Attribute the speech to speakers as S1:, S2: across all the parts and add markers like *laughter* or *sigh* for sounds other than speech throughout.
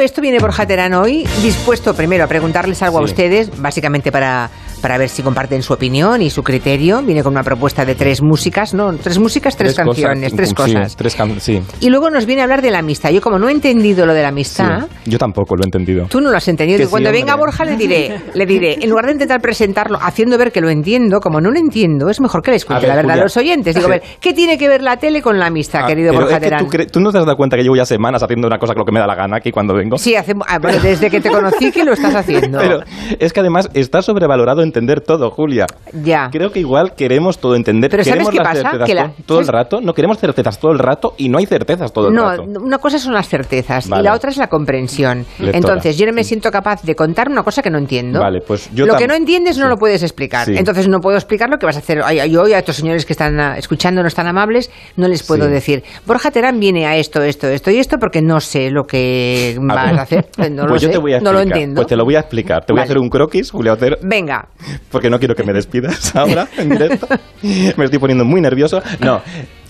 S1: Esto viene Borja Terán hoy, dispuesto primero a preguntarles algo a
S2: Sí.
S1: ustedes, básicamente para, para ver si comparten su opinión y su criterio. Viene con una propuesta de tres músicas, no, tres músicas, tres,
S2: cosas,
S1: canciones, tres
S2: sí,
S1: cosas.
S2: tres can- sí,
S1: Y luego nos viene a hablar de la amistad. Yo como no he entendido lo de la
S2: sí.
S1: amistad,
S2: Yo tampoco lo he entendido.
S1: tú no lo has entendido.
S2: Que
S1: Y cuando
S2: sí,
S1: venga
S2: hombre.
S1: Borja le diré, le diré, en lugar de intentar presentarlo haciendo ver que lo entiendo, como no lo entiendo, es mejor que le escuche
S2: A ver,
S1: la verdad a
S2: Julia.
S1: los oyentes. Digo, a ver, ¿qué tiene que ver la tele con la amistad,
S2: Ah,
S1: querido
S2: pero
S1: Borja
S2: es que
S1: Terán?
S2: tú, cre- tú no te has dado cuenta que llevo ya semanas haciendo una cosa con lo que me da la gana aquí cuando vengo.
S1: Sí, hace- ah, bueno, desde que te conocí que lo estás haciendo.
S2: *laughs* Pero es que además está sobrevalorado entender todo, Julia.
S1: ya.
S2: Creo que igual queremos todo entender.
S1: Ah. Pero ¿sabes
S2: queremos
S1: qué
S2: las
S1: pasa?
S2: certezas
S1: Que la-
S2: to- todo el rato. No queremos certezas todo el rato y no hay certezas todo el
S1: No,
S2: rato.
S1: una cosa son las certezas y
S2: Vale.
S1: la otra es la comprensión.
S2: Lectora.
S1: Entonces, yo no me siento capaz de contar una cosa que no entiendo.
S2: Vale, pues yo
S1: lo
S2: tam-
S1: que no entiendes no
S2: sí.
S1: lo puedes explicar.
S2: Sí.
S1: Entonces, no puedo explicar lo que vas a hacer. Ay, ay, Yo y a estos señores que están ah, escuchándonos tan amables, no les puedo
S2: Sí.
S1: decir, Borja Terán viene a esto, esto, esto y esto porque no sé lo que
S2: A
S1: vas
S2: ver.
S1: a
S2: *laughs*
S1: hacer. No lo
S2: pues yo
S1: sé,
S2: te voy a
S1: no
S2: explicar.
S1: lo entiendo.
S2: Pues te lo voy a explicar. Te voy a
S1: Vale.
S2: hacer un croquis, Julia Otero.
S1: Venga,
S2: porque no quiero que me despidas *laughs* ahora en directo. Me estoy poniendo muy nervioso. No.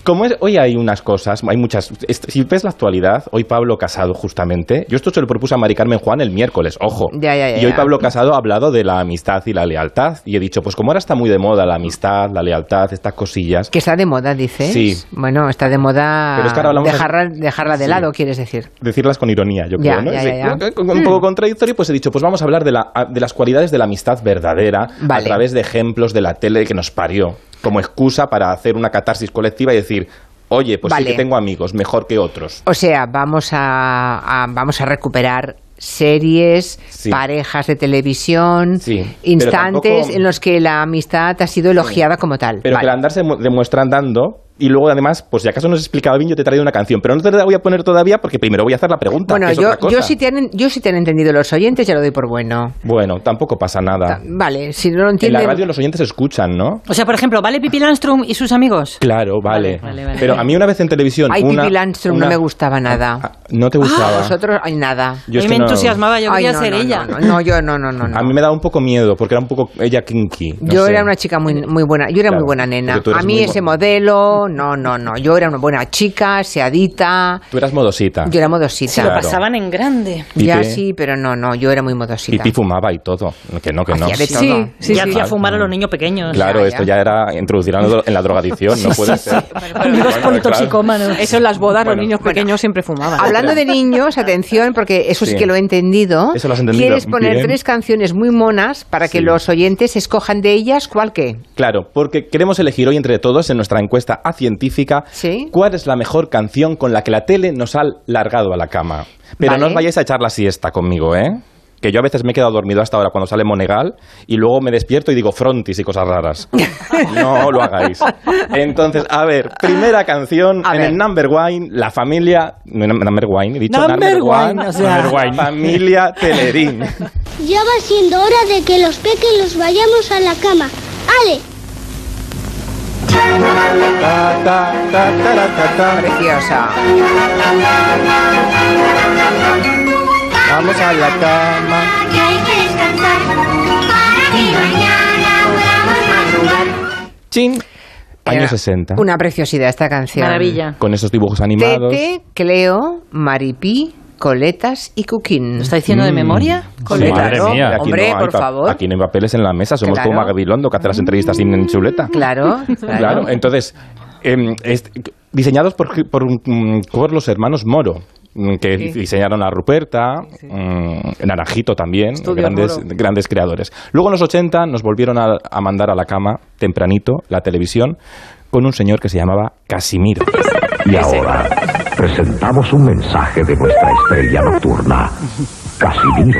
S2: Como es, hoy hay unas cosas, hay muchas. est- Si ves la actualidad, hoy Pablo Casado, justamente, yo esto se lo propuse a Mari Carmen Juan el miércoles, ojo.
S1: Ya, ya, ya,
S2: y hoy
S1: ya.
S2: Pablo Casado ha hablado de la amistad y la lealtad. Y he dicho, pues como ahora está muy de moda la amistad, la lealtad, estas cosillas.
S1: que está de moda, dices.
S2: Sí.
S1: Bueno, está de moda
S2: Pero es que ahora hablamos-
S1: dejarla, dejarla de
S2: Sí.
S1: lado, quieres decir.
S2: Decirlas con ironía, yo
S1: Ya,
S2: creo, ¿no?
S1: ya,
S2: Es decir,
S1: ya, Mm. ya.
S2: con- con- Un poco contradictorio, pues he dicho, pues vamos a hablar de, la, de las cualidades de la amistad verdadera
S1: Vale.
S2: a través de ejemplos de la tele que nos parió, como excusa para hacer una catarsis colectiva y decir, oye, pues
S1: Vale.
S2: sí que tengo amigos, mejor que otros.
S1: O sea, vamos a, a- vamos a recuperar series,
S2: Sí.
S1: parejas de televisión,
S2: Sí, pero
S1: instantes
S2: tampoco-
S1: en los que la amistad ha sido elogiada como tal.
S2: Pero que el
S1: Vale.
S2: andar se mu- demuestra andando y luego además, pues si acaso no os he explicado bien, yo te he traído una canción, pero no te la voy a poner todavía porque primero voy a hacer la pregunta.
S1: Bueno,
S2: que es
S1: yo,
S2: otra cosa.
S1: yo, si te han, yo si te han entendido los oyentes, ya lo doy por bueno.
S2: Bueno, tampoco pasa nada.
S1: Ta- Vale, si no lo
S2: Ah. En la
S1: entienden...
S2: radio los oyentes escuchan, ¿no?
S3: O sea, por ejemplo, ¿vale Pipi Landstrom y sus amigos?
S2: Claro, vale.
S3: vale, vale.
S2: Pero a mí una vez en televisión.
S1: Ay,
S2: una,
S1: Pippi Landstrom
S2: una-
S1: no me gustaba nada.
S2: Ah, No te gustaba.
S1: A vosotros, ay, nada.
S2: Yo
S3: a
S2: es
S3: mí
S2: que
S3: me
S2: no-
S3: entusiasmaba, Ah, yo
S1: Ay,
S3: quería
S1: no,
S3: ser
S1: no,
S3: ella.
S1: No, no, no, yo no, no, no. no.
S2: A mí me da un poco miedo porque era un poco ella kinky. no
S1: yo
S2: sé.
S1: era una chica muy, muy buena, yo era
S2: Claro,
S1: muy buena nena.
S2: porque tú eres
S1: A mí
S2: muy
S1: ese
S2: bu-
S1: modelo, no, no, no. Yo era una buena chica, seadita,
S2: Tú eras modosita.
S1: yo era modosita.
S2: Ah. Sí, Claro.
S3: Pasaban en grande.
S2: Pipe.
S1: Ya sí, pero no, no, yo era muy modosita.
S2: Pipi fumaba y todo. Que no, que no.
S1: Hacía de todo.
S4: Sí, sí,
S3: y
S4: sí.
S3: hacía
S2: Claro.
S3: fumar a los niños pequeños.
S2: Mm. Claro,
S1: Ya,
S2: esto
S1: ya.
S2: ya era introducir a lo- en la drogadicción, no puede ser.
S3: Amigos
S2: Bueno, claro.
S3: politoxicómanos.
S4: Eso en las bodas
S2: Bueno,
S4: los niños
S1: bueno.
S4: pequeños siempre fumaban.
S1: Ah, Hablando de niños, atención, porque eso sí,
S2: Sí.
S1: que lo he entendido.
S2: Eso lo has entendido.
S1: Quieres poner
S2: Bien.
S1: tres canciones muy monas para que
S2: Sí.
S1: los oyentes escojan de ellas cuál qué.
S2: Claro, porque queremos elegir hoy entre todos en nuestra encuesta a científica
S1: Sí.
S2: cuál es la mejor canción con la que la tele nos ha largado a la cama. Pero
S1: Vale.
S2: no os vayáis a echar la siesta conmigo, ¿eh? Que yo a veces me he quedado dormido hasta ahora cuando sale Monegal y luego me despierto y digo frontis y cosas raras.
S1: *laughs*
S2: No lo hagáis. Entonces, a ver, primera canción
S1: A
S2: en
S1: ver.
S2: el number one, la familia. no, Number one, he dicho
S4: Number one, o sea.
S2: Number one. Familia Telerín.
S5: Ya va siendo hora de que los peques los vayamos a la cama. ¡Ale!
S2: Ta, ta, ta, ta, ta, ta.
S1: Preciosa.
S2: Vamos a la cama.
S5: Que hay que descansar para que mañana podamos madrugar.
S2: Chin.
S1: Era
S2: Años 60.
S1: Una preciosidad esta canción.
S3: Maravilla.
S2: Con esos dibujos animados.
S1: Tete, Cleo, Maripí, Coletas y Cuquín.
S3: ¿Lo está diciendo de
S2: Mm.
S3: memoria?
S2: Sí,
S3: Coleta,
S1: madre
S3: ¿no?
S1: mía.
S2: Aquí
S1: Hombre,
S2: hay
S1: por
S2: pa-
S1: favor.
S2: Aquí no hay papeles en la mesa, somos
S1: Claro. Mm.
S2: como Gabilondo que hace las entrevistas sin chuleta.
S1: Claro,
S2: Claro, entonces, em, est- diseñados por, por, mm, por los hermanos Moro, mm, que diseñaron a Ruperta, mm, Naranjito también,
S4: Estudio
S2: grandes,
S4: Moro.
S2: grandes creadores. Luego en los 80 nos volvieron a, a mandar a la cama tempranito la televisión con un señor que se llamaba Casimiro.
S6: Y ahora presentamos un mensaje de nuestra estrella nocturna, Casimiro.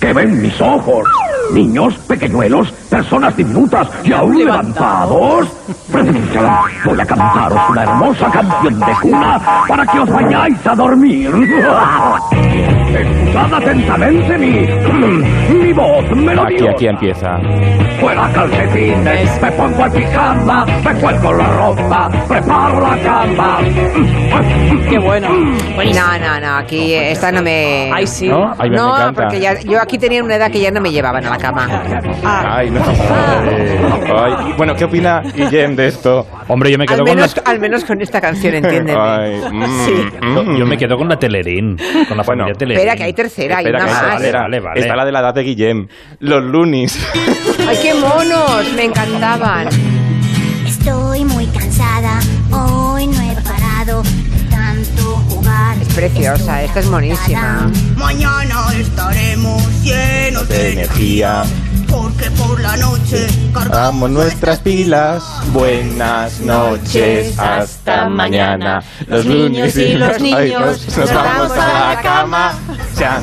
S6: ¡Que ven mis ojos! Niños, pequeñuelos, personas diminutas y aún levantados. Presencial, voy a cantaros una hermosa canción de cuna para que os vayáis a dormir. *laughs* Escuchad Escuchad atentamente mi. mi voz,
S2: Aquí,
S6: melodía.
S2: aquí empieza.
S6: Fuera calcetines, me pongo el pijama, me cuelgo la ropa, preparo la cama.
S4: *laughs* Qué bueno.
S1: No, no, no, aquí eh, esta no me.
S4: Ay, sí.
S2: ¿No? Ay, me
S1: no,
S2: encanta.
S1: porque ya, yo aquí tenía una edad que ya no me llevaban a la cama.
S2: Ay, no. Ay. Bueno, ¿qué opina Guillem de esto?
S7: Hombre, yo me
S1: Al
S7: quedo con la,
S1: menos, al menos con esta canción, entiéndeme.
S2: Ay, mm, mm.
S7: yo me quedo con la Telerín, con la
S2: Bueno,
S7: familia Telerín.
S1: Espera, que hay tercera, hay
S2: Espera,
S1: una
S2: que
S1: más.
S2: hay tercera.
S7: Vale, vale, vale.
S2: Está la de la edad de Guillem. Los lunis.
S1: ¡Ay, qué monos! Me encantaban.
S5: Estoy muy cansada, hoy no he parado de tanto jugar.
S1: Es preciosa, esta es monísima.
S8: Mañana estaremos llenos de
S2: energía. Ah,
S8: porque por la noche
S2: Amo nuestras pilas. Buenas noches. Hasta mañana. Los lunes y los niños nos vamos a la cama. Chan.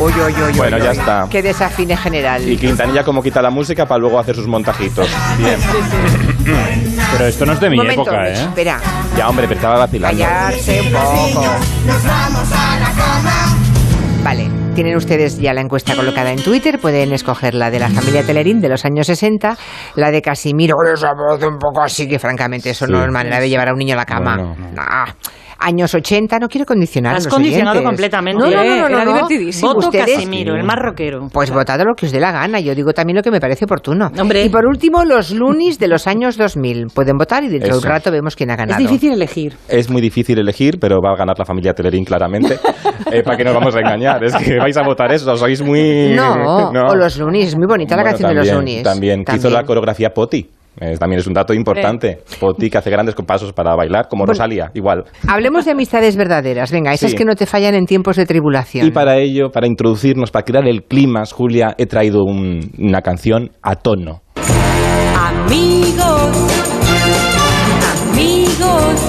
S1: Uy, uy, uy, uy,
S2: Bueno,
S1: uy,
S2: ya
S1: uy.
S2: está.
S1: Qué desafine general.
S2: Y Quintanilla como quita la música para luego hacer sus montajitos. Bien.
S7: Pero esto no es de mi
S1: Un momento,
S7: época, ¿eh?
S1: espera.
S2: Ya, hombre, pero estaba vacilando.
S1: Callarse un poco. Vale, tienen ustedes ya la encuesta colocada en Twitter. Pueden escoger la de la familia Telerín de los años 60, la de Casimiro, con esa voz un poco así, que francamente eso no es manera de llevar a un niño a la cama.
S2: Bueno.
S1: Nah. Años 80, no quiero condicionar. a
S3: Has
S1: los
S3: condicionado
S1: oyentes.
S3: completamente.
S1: No, no, no, no,
S4: Era
S1: no.
S4: divertidísimo.
S3: Voto
S1: Ustedes-
S3: Casimiro, el más rockero.
S1: Pues votad lo que os dé la gana, yo digo también lo que me parece oportuno.
S3: Hombre.
S1: Y por último, los lunis de los años 2000. Pueden votar y dentro de un
S2: Eso.
S1: rato vemos quién ha ganado.
S3: Es difícil elegir.
S2: Es muy difícil elegir, pero va a ganar la familia
S1: *laughs*
S2: Telerín claramente. Eh, ¿Para qué nos vamos a engañar? Es que vais a votar eso, sois muy...
S1: No, o los lunis, es muy bonita la
S2: Bueno,
S1: canción de
S2: también,
S1: los lunis.
S2: También, que hizo la coreografía Poti. Eh, también es un dato
S1: Eh.
S2: importante. Poti que hace grandes compasos para bailar, como Rosalía, igual.
S1: Hablemos de amistades verdaderas, venga, esas
S2: Sí.
S1: que no te fallan en tiempos de tribulación.
S2: Y para ello, para introducirnos, para crear el clima, Julia, he traído un- una canción a tono.
S9: Amigos, amigos,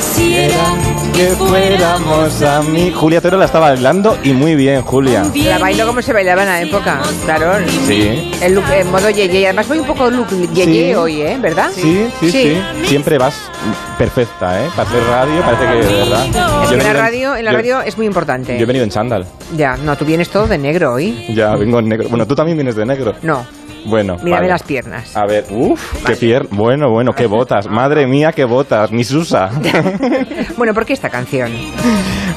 S9: si era que fuéramos a
S2: Mi Julia Toro la estaba bailando y muy bien, Julia.
S1: La bailo como se bailaba en la época, claro.
S2: Sí. ¿eh?
S1: El look, en modo yeye, además voy un poco look yeye
S2: Sí.
S1: hoy, ¿eh? ¿Verdad?
S2: Sí, sí, sí, Siempre vas perfecta, ¿eh? Para hacer radio, parece que de verdad.
S1: Es
S2: Yo
S1: que en la
S2: he venido
S1: radio, en la
S2: yo-
S1: radio es muy importante.
S2: Yo he venido en chándal.
S1: Ya, no, tú vienes todo de negro hoy.
S2: Ya vengo en negro. Bueno, tú también vienes de negro.
S1: No,
S2: Bueno,
S1: mírame
S2: vale.
S1: las piernas.
S2: A ver, uff, qué pier... Bueno, bueno, qué botas. Madre mía, qué botas.
S1: *laughs*
S2: Ni Susa.
S1: Bueno, ¿por qué esta canción?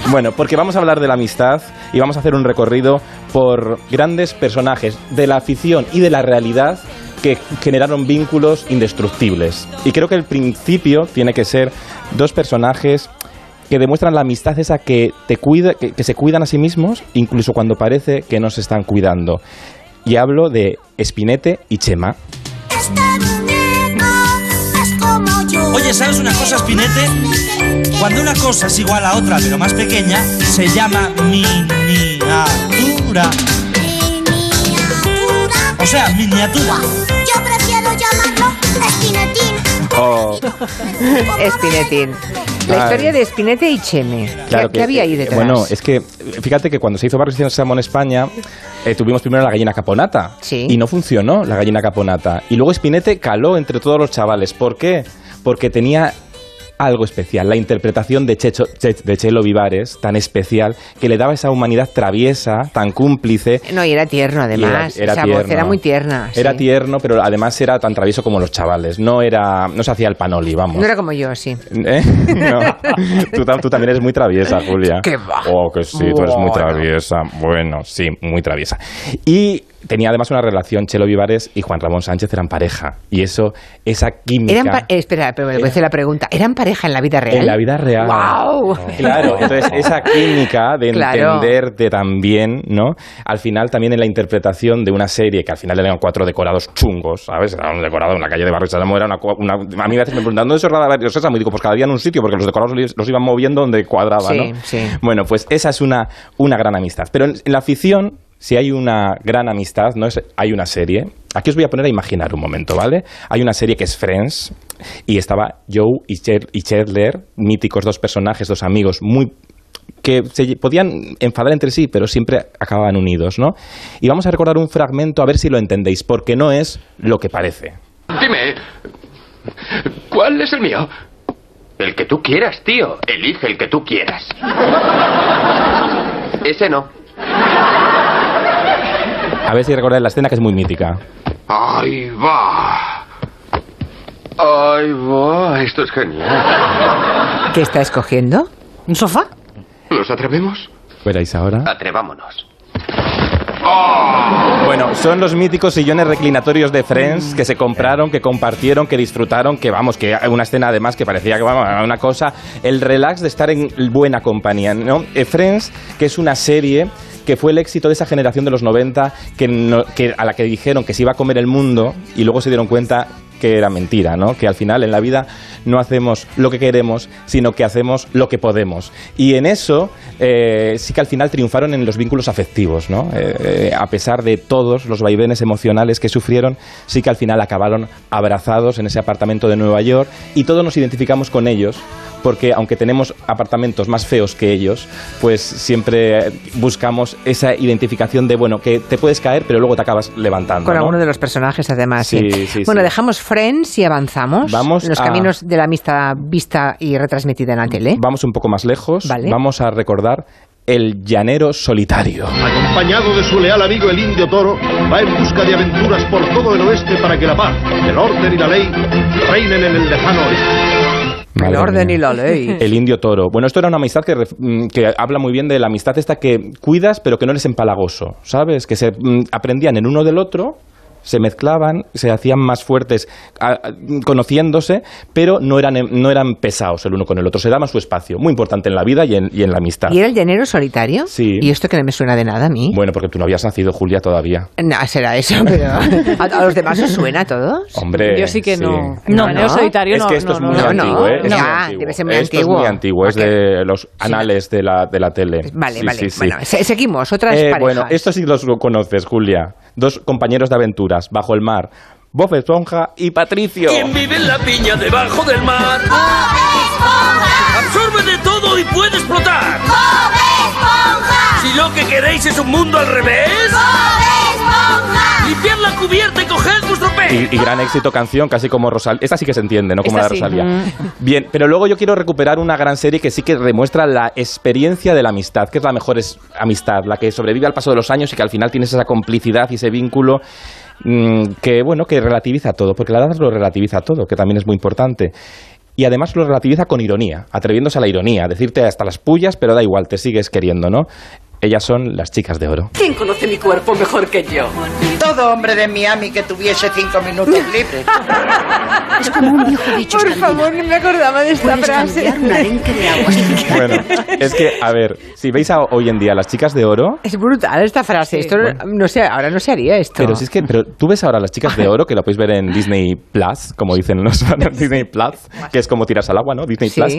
S2: bueno, porque vamos a hablar de la amistad y vamos a hacer un recorrido por grandes personajes de la afición y de la realidad que generaron vínculos indestructibles. Y creo que el principio tiene que ser dos personajes que demuestran la amistad esa que, te cuida, que, que se cuidan a sí mismos, incluso cuando parece que no se están cuidando. Y hablo de Espinete y Chema.
S5: Este muñeco es como yo.
S10: Oye, ¿sabes una cosa, Spinete? Cuando una cosa es igual a otra, pero más pequeña, se llama miniatura.
S5: Miniatura.
S10: O sea, miniatura.
S5: Yo prefiero llamarlo Espinatín.
S2: Oh,
S1: Espinetín. La
S2: Ay.
S1: historia de Espinete y Cheme. ¿Qué-
S2: Ah. Claro
S1: ¿Qué, había ahí detrás?
S2: Bueno, es que eh, fíjate que cuando se hizo Barrio Cristiano Samo en España, eh, tuvimos primero la gallina caponata.
S1: Sí.
S2: Y no funcionó la gallina caponata. Y luego Spinete caló entre todos los chavales. ¿Por qué? Porque tenía algo especial, la interpretación de, Checho, Che- de Chelo Vivares, tan especial, que le daba esa humanidad traviesa, tan cúmplice.
S1: No, y era tierno además.
S2: Y era- era
S1: Esa voz
S2: tierno.
S1: era muy tierna.
S2: Era
S1: sí.
S2: tierno, pero además era tan travieso como los chavales. No era, no se hacía el panoli, vamos.
S1: No era como yo, sí.
S2: ¿Eh? *laughs* No. tú, tam- tú también eres muy traviesa, Julia.
S1: ¿Qué va?
S2: Oh, que sí, tú eres muy
S1: Bueno.
S2: traviesa. Bueno, sí, muy traviesa. Y tenía además una relación, Chelo Vivares y Juan Ramón Sánchez eran pareja. Y eso, esa química...
S1: Eran pa- eh, espera, pero me voy a hacer la pregunta. ¿Eran pareja en la vida real?
S2: En la vida real.
S1: ¡Guau!
S2: *laughs* Claro, entonces esa química de
S1: Claro.
S2: entenderte también, ¿no? Al final también en la interpretación de una serie que al final eran cuatro decorados chungos, ¿sabes? Era un decorado en la calle de Barrio Sésamo, era una, cua- una- A mí a veces me preguntan, ¿dónde se rodaba Barrio Sésamo? Y digo, pues cada día en un sitio, porque los decorados li- los iban moviendo donde cuadraba,
S1: Sí,
S2: ¿no?
S1: sí.
S2: Bueno, pues esa es una, una gran amistad. Pero en, en la afición... Si hay una gran amistad, no es, hay una serie. Aquí os voy a poner a imaginar un momento, ¿vale? Hay una serie que es Friends, y estaba Joe y, Cher- y Chandler, míticos dos personajes, dos amigos muy que se lle- podían enfadar entre sí, pero siempre acababan unidos, ¿no? Y vamos a recordar un fragmento a ver si lo entendéis, porque no es lo que parece.
S11: Dime, ¿cuál es el mío? El que tú quieras, tío. Elige el que tú quieras. Ese no.
S2: A ver si recordáis la escena que es muy mítica.
S11: Ahí va. Ahí va. Esto es genial.
S1: ¿Qué está escogiendo?
S3: ¿Un sofá?
S11: ¿Los atrevemos?
S2: Veréis ahora.
S11: Atrevámonos.
S2: Bueno, son los míticos sillones reclinatorios de Friends que se compraron, que compartieron, que disfrutaron, que vamos, que una escena además que parecía que vamos, una cosa, el relax de estar en buena compañía, ¿no? Eh, Friends, que es una serie que fue el éxito de esa generación de los 90 que, no- que a la que dijeron que se iba a comer el mundo y luego se dieron cuenta que era mentira, ¿no? Que al final en la vida no hacemos lo que queremos, sino que hacemos lo que podemos. Y en eso eh, sí que al final triunfaron en los vínculos afectivos, ¿no? Eh, eh, a pesar de todos los vaivenes emocionales que sufrieron, sí que al final acabaron abrazados en ese apartamento de Nueva York y todos nos identificamos con ellos, porque aunque tenemos apartamentos más feos que ellos, pues siempre buscamos esa identificación de, bueno, que te puedes caer, pero luego te acabas levantando.
S1: Con
S2: ¿no?
S1: alguno de los personajes, además.
S2: Sí,
S1: Sí,
S2: sí,
S1: bueno,
S2: sí.
S1: dejamos Friends y avanzamos.
S2: Vamos
S1: en los
S2: a-
S1: caminos de la amistad vista y retransmitida en la tele.
S2: Vamos un poco más lejos.
S1: Vale.
S2: Vamos a recordar el llanero solitario.
S12: Acompañado de su leal amigo el indio toro, va en busca de aventuras por todo el oeste para que la paz, el orden y la ley reinen en el lejano oeste.
S1: El
S2: Madre
S1: orden
S2: mía.
S1: y la ley.
S2: *laughs* El indio toro. Bueno, esto era una amistad que, ref- mm, que habla muy bien de la amistad esta que cuidas pero que no eres empalagoso, ¿sabes? Que se mm, aprendían el uno del otro, se mezclaban, se hacían más fuertes a- a- mm, conociéndose, pero no eran, em- no eran pesados el uno con el otro, se daban su espacio, muy importante en la vida y en, y en la amistad.
S1: ¿Y era el llanero solitario?
S2: Sí.
S1: ¿Y esto que no me suena de nada a mí?
S2: Bueno, porque tú no habías nacido, Julia, todavía.
S1: No, será eso, *laughs* pero... ¿A, a los demás os suena a todos?
S2: Hombre,
S3: Yo sí que no.
S2: sí.
S3: No, no, solitario
S2: es
S3: no.
S2: que esto
S3: no,
S2: es
S3: no,
S2: muy
S3: no,
S2: antiguo,
S3: no.
S2: ¿eh? Es
S1: No.
S2: muy
S1: Ah,
S2: antiguo.
S1: debe ser muy
S2: Esto
S1: antiguo.
S2: es muy antiguo, es de los anales de, la, de la tele.
S1: Vale,
S2: Sí,
S1: vale.
S2: sí, sí.
S1: Bueno, se- seguimos. Otras
S2: Eh,
S1: parejas.
S2: bueno, estos sí los conoces, Julia. Dos compañeros de aventuras, bajo el mar. Bob Esponja y Patricio.
S13: ¿Quién vive en la piña debajo del mar?
S9: ¡Bob Esponja!
S13: Absorbe de todo y puede explotar.
S9: ¡Bob Esponja!
S13: Si lo que queréis es un mundo al revés, limpiad la cubierta y coged vuestro pez.
S2: Y, y gran éxito canción, casi como Rosalía. Esta sí que se entiende, ¿no? Como
S13: Esta
S2: la
S13: sí.
S2: Rosalía.
S13: Mm.
S2: Bien, pero luego yo quiero recuperar una gran serie que sí que demuestra la experiencia de la amistad, que es la mejor es- amistad, la que sobrevive al paso de los años y que al final tienes esa complicidad y ese vínculo mm, que, bueno, que relativiza todo, porque la edad lo relativiza todo, que también es muy importante. Y además lo relativiza con ironía, atreviéndose a la ironía, a decirte hasta las pullas, pero da igual, te sigues queriendo, ¿no? Ellas son las chicas
S13: *laughs*
S2: de oro.
S14: ¿Quién conoce mi cuerpo mejor que yo? Todo hombre de Miami que tuviese cinco
S13: *laughs*
S14: minutos libres.
S1: Es como un viejo dicho. Por favor, no me acordaba de esta frase.
S2: Bueno, es que, a ver, si veis a- hoy en día a las chicas de oro,
S1: Es brutal esta frase. Esto no- no sé, ahora no se haría esto.
S2: Pero si es que, pero tú ves ahora las chicas de oro, que la podéis ver en Disney Plus, como dicen los
S1: *laughs*
S2: Disney Plus, que es como tiras al agua, ¿no? Disney
S1: Sí.
S2: Plus.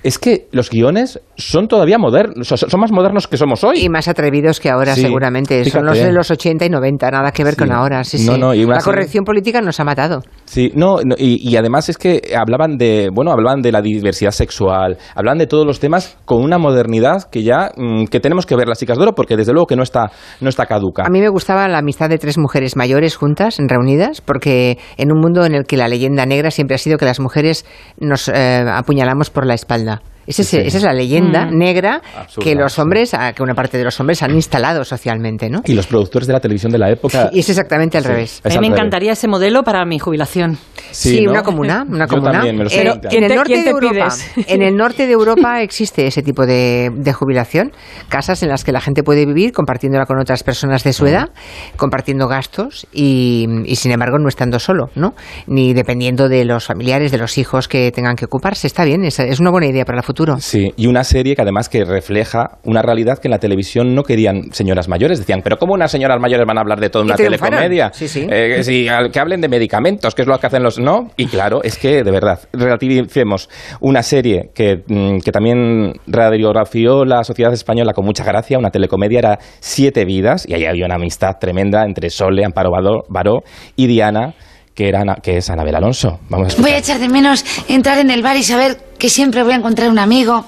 S2: Es que los guiones son todavía modernos, son son más modernos que somos hoy.
S1: Y más atrevidos que ahora,
S2: Sí,
S1: seguramente. Son
S2: fíjate.
S1: los de los 80 y 90, nada que ver con ahora. Sí,
S2: No,
S1: sí.
S2: no, y una
S1: la
S2: serie-
S1: corrección política nos ha matado.
S2: Sí, no, no, y, y además es que hablaban de, bueno, hablaban de la diversidad sexual, hablaban de todos los temas con una modernidad que ya, mm, que tenemos que ver las chicas de oro, porque desde luego que no está, no está caduca.
S1: A mí me gustaba la amistad de tres mujeres mayores juntas, reunidas, porque en un mundo en el que la leyenda negra siempre ha sido que las mujeres nos eh, apuñalamos por la espalda. Ese es-
S3: Sí, sí.
S1: Esa es la leyenda
S3: Mm.
S1: negra
S2: Absurda,
S1: que los hombres, ah, que una parte de los hombres han instalado socialmente, ¿no?
S2: Y los productores de la televisión de la época.
S1: Y es exactamente al
S2: Sí,
S1: revés.
S2: es
S3: A mí me
S2: al revés.
S3: encantaría ese modelo para mi jubilación.
S2: Sí,
S1: Sí,
S2: ¿no?
S1: una comuna, una
S2: Yo
S1: comuna.
S2: también me lo estoy
S1: Pero
S2: planteando.
S1: en el
S3: ¿Quién
S1: norte
S3: te-
S1: de
S3: quién te
S1: Europa,
S3: pides?
S1: *laughs* en el norte de Europa existe ese tipo de, de jubilación, casas en las que la gente puede vivir compartiéndola con otras personas de su edad, compartiendo gastos y, y, sin embargo no estando solo, ¿no? Ni dependiendo de los familiares, de los hijos que tengan que ocuparse. Está bien, es, es una buena idea para el futuro.
S2: Sí, y una serie que además que refleja una realidad que en la televisión no querían señoras mayores. Decían, pero ¿cómo unas señoras mayores van a hablar de toda
S1: Y
S2: una
S1: triunfaron.
S2: telecomedia?
S1: Sí, sí.
S2: Eh, que, sí, al- que hablen de medicamentos, que es lo que hacen los... No, y claro, es que de verdad, relativicemos una serie que, mm, que también radiografió la sociedad española con mucha gracia, una telecomedia era Siete Vidas, y ahí había una amistad tremenda entre Sole, Amparo Badó- Baró y Diana, que, era, Ana- que es Anabel Alonso. Vamos a escuchar.
S15: Voy a echar de menos entrar en el bar y saber que siempre voy a encontrar un amigo.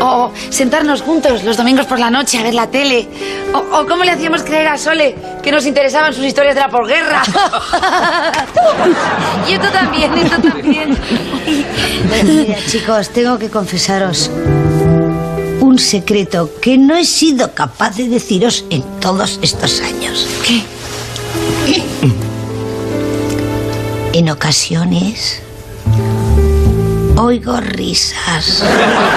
S15: O sentarnos juntos los domingos por la noche a ver la tele. O, o cómo le hacíamos creer a Sole que nos interesaban sus historias de la posguerra.
S3: *laughs*
S15: y esto también, esto también.
S16: Bueno, mira, chicos, tengo que confesaros. Un un secreto que no he sido capaz de deciros en todos estos años. ¿Qué? En ocasiones oigo risas.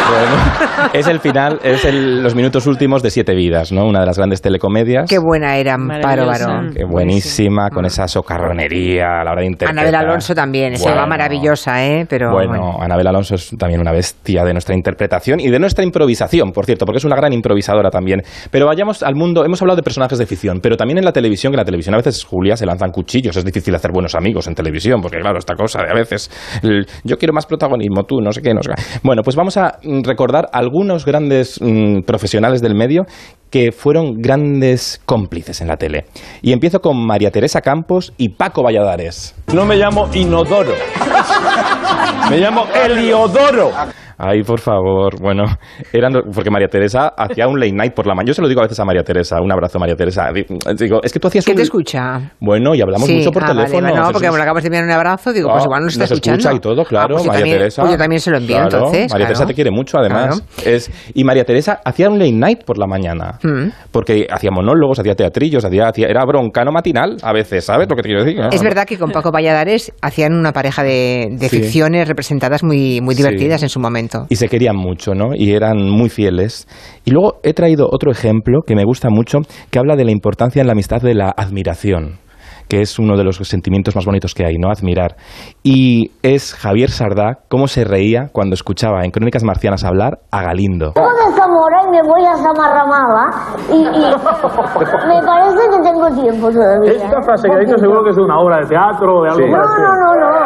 S2: Bueno, es el final, es el- los minutos últimos de Siete Vidas, ¿no? Una de las grandes telecomedias.
S1: Qué buena era Amparo
S2: Maravillosa.
S1: Barón.
S2: Qué buenísima, con esa socarronería a la hora de interpretar.
S1: Anabel Alonso también, estaba
S2: Bueno.
S1: maravillosa, ¿eh? Pero
S2: bueno,
S1: bueno.
S2: Anabel Alonso es también una bestia de nuestra interpretación y de nuestra improvisación, por cierto, porque es una gran improvisadora también. Pero vayamos al mundo, hemos hablado de personajes de ficción, pero también en la televisión, que en la televisión a veces, Julia, se lanzan cuchillos, es difícil hacer buenos amigos en televisión, porque claro, esta cosa de a veces, el, yo quiero más protagonismo, tú, no sé qué, no sé qué. Bueno, pues vamos a mm, recordar algunos grandes mm, profesionales del medio que fueron grandes cómplices en la tele. Y empiezo con María Teresa Campos y Paco Valladares. No me llamo Inodoro. *laughs* Me llamo Eliodoro. Ay, por favor. Bueno, eran porque María Teresa hacía un late night por la mañana. Yo se lo digo a veces a María Teresa. Un abrazo, María Teresa. Di- Digo, es que tú hacías
S1: ¿Qué
S2: un...
S1: te escucha?
S2: Bueno, y hablamos
S1: Sí,
S2: mucho por
S1: ah, vale,
S2: teléfono.
S1: vale, no,
S2: Eso
S1: porque
S2: es-
S1: me lo acabas de enviar un abrazo, digo,
S2: Ah,
S1: pues igual no está
S2: nos escucha
S1: escuchando.
S2: y todo, claro,
S1: Ah, pues yo
S2: María
S1: también,
S2: Teresa.
S1: pues yo también se lo envío,
S2: Claro,
S1: entonces.
S2: María
S1: claro.
S2: Teresa te quiere mucho, además. Es, y María Teresa hacía un late night por la mañana.
S1: Mm.
S2: Porque hacía monólogos, hacía teatrillos, hacía, hacía- era broncano matinal a veces, ¿sabes lo que te quiero decir?
S1: Es verdad que con Paco Valladares hacían una pareja de, de
S2: Sí.
S1: ficciones representadas muy, muy
S2: Sí.
S1: divertidas en su momento.
S2: Y se querían mucho, ¿no? Y eran muy fieles. Y luego he traído otro ejemplo que me gusta mucho, que habla de la importancia en la amistad de la admiración, que es uno de los sentimientos más bonitos que hay, ¿no? Admirar. Y es Javier Sardá cómo se reía cuando escuchaba en Crónicas Marcianas hablar a Galindo.
S9: Vengo de Zamora y me voy a Zamarramala y, y me parece que tengo tiempo todavía.
S17: Esta frase que ha dicho seguro que es de una obra de teatro o de algo
S9: No,
S17: parecido.
S9: no, no, no.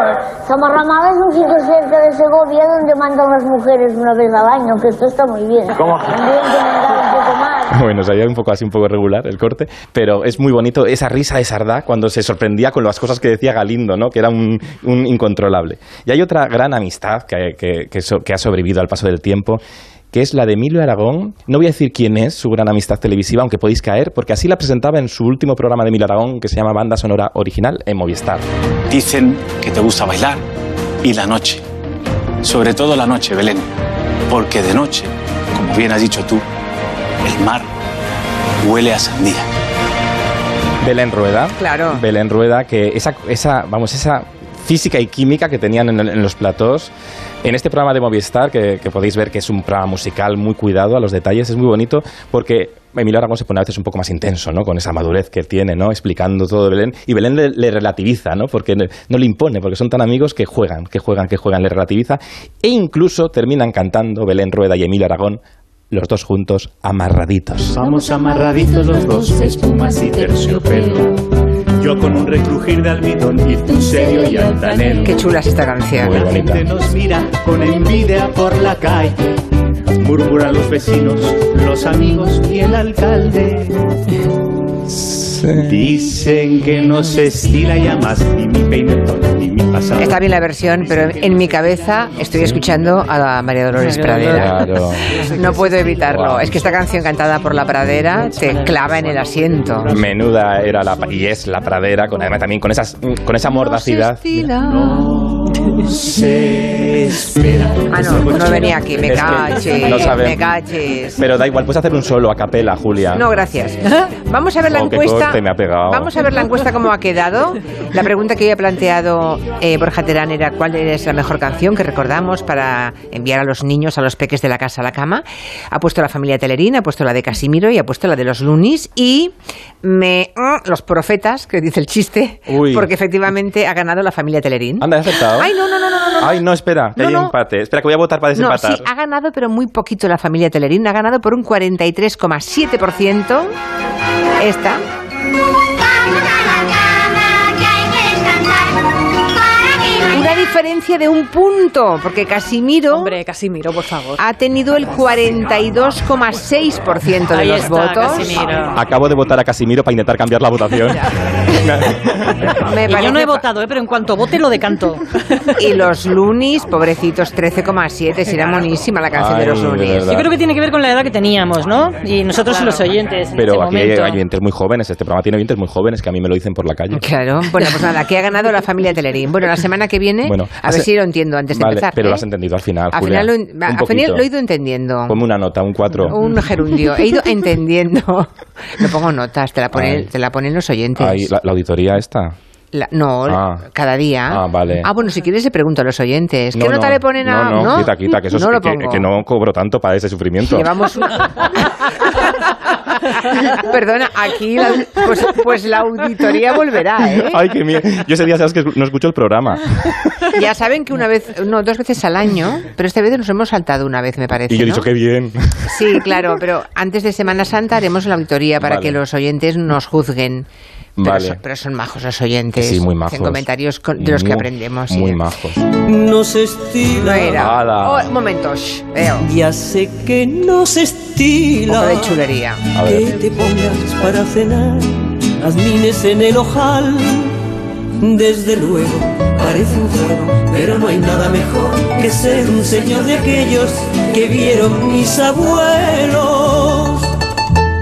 S9: Zamarramala es un sitio cerca de Segovia donde mandan las mujeres una vez al año, que esto está muy bien.
S2: ¿Cómo?
S9: Tendrían que mandar un poco más.
S2: *laughs* Bueno, salía un poco así, un poco regular el corte, pero es muy bonito esa risa de Sardá cuando se sorprendía con las cosas que decía Galindo, ¿no? Que era un, un incontrolable. Y hay otra gran amistad que, que- que so- que ha sobrevivido al paso del tiempo, que es la de Emilio Aragón. No voy a decir quién es su gran amistad televisiva, aunque podéis caer, porque así la presentaba en su último programa de Emilio Aragón, que se llama Banda Sonora Original en Movistar.
S18: Dicen que te gusta bailar y la noche. Sobre todo la noche, Belén. Porque de noche, como bien has dicho tú, el mar huele a sandía.
S2: Belén Rueda.
S1: Claro.
S2: Belén Rueda, que esa, esa, vamos, esa física y química que tenían en, en los platós. En este programa de Movistar, que, que podéis ver que es un programa musical muy cuidado a los detalles, es muy bonito porque Emilio Aragón se pone a veces un poco más intenso, ¿no? Con esa madurez que tiene, ¿no? Explicando todo de Belén. Y Belén le, le relativiza, ¿no? Porque le- no le impone, porque son tan amigos que juegan, que juegan, que juegan, le relativiza. E incluso terminan cantando Belén Rueda y Emilio Aragón, los dos juntos, amarraditos.
S19: Vamos amarraditos los dos, espumas y terciopelo. Yo con un recrujir de almidón y tú serio y altanero.
S1: Qué chula es esta canción.
S19: La gente nos mira con envidia por la calle. Murmuran los vecinos, los amigos y el alcalde. Dicen que no se estila ya más ni mi peinetón ni mi pasado.
S1: Está bien la versión, pero en mi cabeza estoy escuchando a María Dolores
S19: María
S1: Pradera.
S19: Dolores.
S1: No puedo evitarlo.
S2: Wow.
S1: Es que esta canción cantada por la Pradera te clava en el asiento.
S2: Menuda era la y es la pradera con además también con esas con esa mordacidad.
S19: Se espera.
S1: Ah, no, no venía aquí. Me
S2: Es que
S1: caches,
S2: no sabemos.
S1: me caches.
S2: Pero da igual, puedes hacer un solo a capela, Julia.
S1: No, gracias. *laughs* Vamos a ver la
S2: Ah, Oh, qué
S1: encuesta.
S2: corte me ha pegado.
S1: Vamos a ver la encuesta cómo ha quedado. La pregunta que había planteado eh, Borja Terán era cuál es la mejor canción que recordamos para enviar a los niños, a los peques de la casa a la cama. Ha puesto la familia Telerín, ha puesto la de Casimiro y ha puesto la de los Lunis y me oh, los profetas, que dice el chiste,
S2: Uy.
S1: porque efectivamente ha ganado la familia Telerín.
S2: Anda, he aceptado.
S1: Ay, no, no, no, no, no, no.
S2: Ay, no, espera, que
S1: No,
S2: hay
S1: no.
S2: empate. Espera que voy a votar para
S1: No,
S2: desempatar.
S1: sí, ha ganado, pero muy poquito la familia Telerín. Ha ganado por un 43,7%. Esta. Una diferencia de un punto, porque Casimiro. Hombre,
S3: Casimiro, por favor.
S1: Ha tenido el 42,6% de
S3: Ahí
S1: los
S3: está,
S1: votos.
S3: Casimiro.
S2: Acabo de votar a Casimiro para intentar cambiar la votación.
S1: Me
S3: Y yo no
S1: parece
S3: he votado, ¿eh? pero en cuanto vote lo *laughs* decanto.
S1: Y los Lunis, pobrecitos, 13,7. Si era monísima la canción
S2: Ay,
S1: de los
S2: de
S1: Lunis.
S2: verdad.
S3: Yo creo que tiene que ver con la edad que teníamos, ¿no? Y nosotros y los oyentes.
S2: *laughs*
S3: en
S2: Pero
S3: ese
S2: aquí hay,
S3: momento.
S2: hay oyentes muy jóvenes, este programa tiene oyentes muy jóvenes que a mí me lo dicen por la calle.
S1: Claro, bueno, pues nada, que ha ganado la familia Telerín. Bueno, la semana que viene,
S2: Bueno,
S1: a ver
S2: hace-
S1: si lo entiendo antes de
S2: Vale,
S1: empezar.
S2: pero
S1: ¿eh?
S2: lo has entendido al final,
S1: Al
S2: Julia.
S1: final, lo, en-
S2: Un
S1: al final lo he
S2: poquito.
S1: ido entendiendo.
S2: Ponme una nota, un 4.
S1: Un gerundio. He ido entendiendo. *laughs* No pongo notas, te la
S2: Ay.
S1: ponen, te la ponen los oyentes.
S2: Ahí, la, la auditoría esta.
S1: La- no,
S2: Ah.
S1: cada día.
S2: Ah, vale.
S1: Ah, bueno, si quieres le pregunto a los oyentes. ¿Qué
S2: No,
S1: nota
S2: no,
S1: le ponen a.?
S2: No, no, quita, quita, que, eso es-
S1: no lo
S2: que- que-
S1: pongo.
S2: que no cobro tanto para ese sufrimiento.
S1: *laughs* Llevamos un- Perdona, aquí la, pues, pues la auditoría volverá, ¿eh?
S2: *laughs* Ay, qué miedo. Yo ese día, sabes que no escucho el
S1: *laughs*
S2: programa.
S1: Ya saben que una vez, no, dos veces al año, pero esta vez nos hemos saltado una vez, me parece.
S2: Y yo he
S1: ¿no?
S2: dicho, qué bien.
S1: Sí, claro, pero antes de Semana Santa haremos la auditoría para
S2: Vale.
S1: que los oyentes nos juzguen. Pero,
S2: Vale.
S1: son, pero son majos los oyentes.
S2: Sí, muy majos.
S1: Hacen comentarios con- de los que
S2: Muy-
S1: aprendemos. ¿eh? sí.
S2: Muy majos.
S4: Nos estila.
S1: No era.
S4: Ala.
S1: Oh, un momento, shh, veo.
S4: Ya sé que nos
S1: Un
S4: estila.
S1: poco de chulería.
S2: A
S4: Que
S2: ver.
S4: te pongas para cenar. Jazmines en el ojal. Desde luego, parece un juego, pero no hay nada mejor que ser un señor de aquellos que vieron mis abuelos.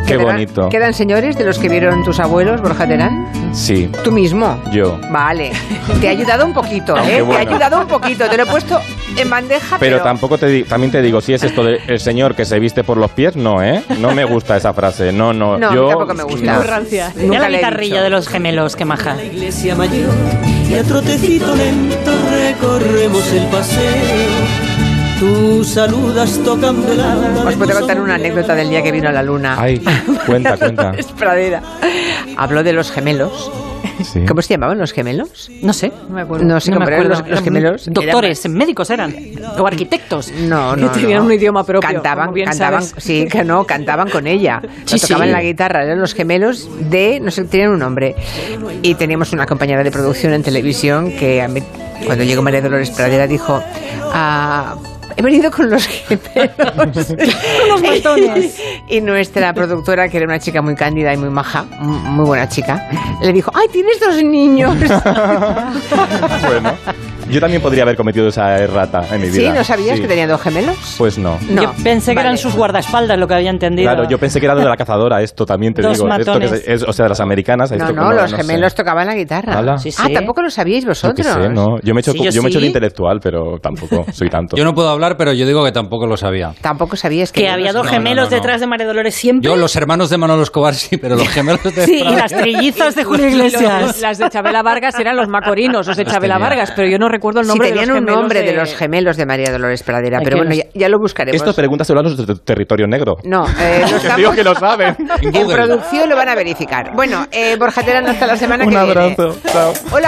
S2: Qué
S1: ¿Quedarán-
S2: bonito.
S1: ¿Quedan señores de los que vieron tus abuelos, Borja Terán?
S2: Sí,
S1: Tú mismo.
S2: yo.
S1: Vale. Te ha ayudado un poquito,
S2: Aunque
S1: ¿eh? Te
S2: Ah, bueno.
S1: ha ayudado un poquito. Te lo he puesto en bandeja, pero...
S2: Pero tampoco te di- también te digo, si es esto del señor que se viste por los pies, no, ¿eh? No me gusta esa frase. No, no.
S1: No,
S2: yo,
S1: tampoco me gusta.
S2: no.
S3: Rancia.
S1: Nunca
S3: Ya la
S1: le he
S3: guitarrilla
S1: dicho.
S3: de los gemelos, que maja.
S4: iglesia mayor y a trotecito lento recorremos el paseo. Tú saludas tocando el alma.
S1: Os puedo contar una anécdota del día que vino la luna.
S2: Ay,
S1: *laughs*
S2: cuenta, cuenta.
S1: Es pradera. Habló de los gemelos.
S2: Sí.
S1: ¿Cómo se llamaban los gemelos?
S3: No sé, no me acuerdo.
S1: No sé cómo
S3: me
S1: eran
S3: acuerdo.
S1: los- los gemelos.
S3: Doctores, médicos eran. O arquitectos.
S1: No,
S3: Y
S1: no.
S3: tenían
S1: no.
S3: un idioma propio,
S1: Cantaban,
S3: como bien
S1: cantaban,
S3: sabes.
S1: sí, que no, cantaban con ella. No
S3: Sí, sí.
S1: tocaban la guitarra, eran los gemelos de, no sé, tenían un nombre. Y teníamos una compañera de producción en televisión que a mí, cuando llegó María Dolores Pradera dijo, "Ah, He venido con los *laughs* gemelos.
S3: Unos bastones.
S1: *laughs* Y nuestra productora, que era una chica muy cándida y muy maja, m- muy buena chica, le dijo, ¡ay, tienes dos niños!
S2: Bueno, yo también podría haber cometido esa errata en *laughs* mi vida.
S1: ¿Sí? ¿No sabías
S2: Sí.
S1: que tenía dos gemelos?
S2: Pues no.
S1: No.
S3: *laughs* Yo pensé que eran sus guardaespaldas lo que había entendido.
S2: Claro, yo pensé que era de la cazadora esto también, te
S3: Dos
S2: digo. Esto que
S3: matones.
S2: es- es- o sea, de las americanas. esto
S1: No,
S2: que
S1: no, los
S2: sé.
S1: gemelos tocaban la guitarra.
S2: Ala.
S3: Sí,
S1: Ah,
S3: sí.
S1: tampoco lo sabíais
S2: Yo qué
S1: vosotros.
S2: sé, ¿no? Yo me he hecho,
S3: Sí, yo
S2: yo me he hecho el
S3: sí.
S2: intelectual, pero tampoco soy
S20: *laughs*
S2: tanto.
S20: Yo no puedo hablar, pero yo digo que tampoco lo sabía.
S1: Tampoco sabíais que,
S3: Que había dos
S20: No, no,
S3: gemelos
S20: no, no.
S3: detrás de María Dolores siempre.
S20: Yo, los hermanos de Manolo Escobar sí, pero los gemelos de
S3: *laughs* Sí, y las trillizas
S21: *laughs*
S3: de Julio Iglesias.
S21: Las de Chabela Vargas eran los macorinos, los de Chabela
S20: tenía.
S21: Vargas, pero yo no recuerdo el
S1: Si
S21: nombre de
S1: tenían
S21: los
S1: un
S21: gemelos
S1: nombre de...
S21: de-
S1: los gemelos de María Dolores Pradera,
S21: Hay
S1: pero
S21: que
S1: bueno,
S21: los-
S1: ya, ya lo buscaremos.
S2: Esto preguntas sobre los de territorio negro.
S1: No,
S2: *laughs*
S1: eh, lo
S2: Te
S1: estamos-
S2: digo que lo
S1: *laughs*
S2: saben.
S1: en producción lo van a verificar. Bueno, eh, Borja Terán, hasta la semana
S2: Un
S1: que viene.
S2: abrazo. Chao.
S1: Hola,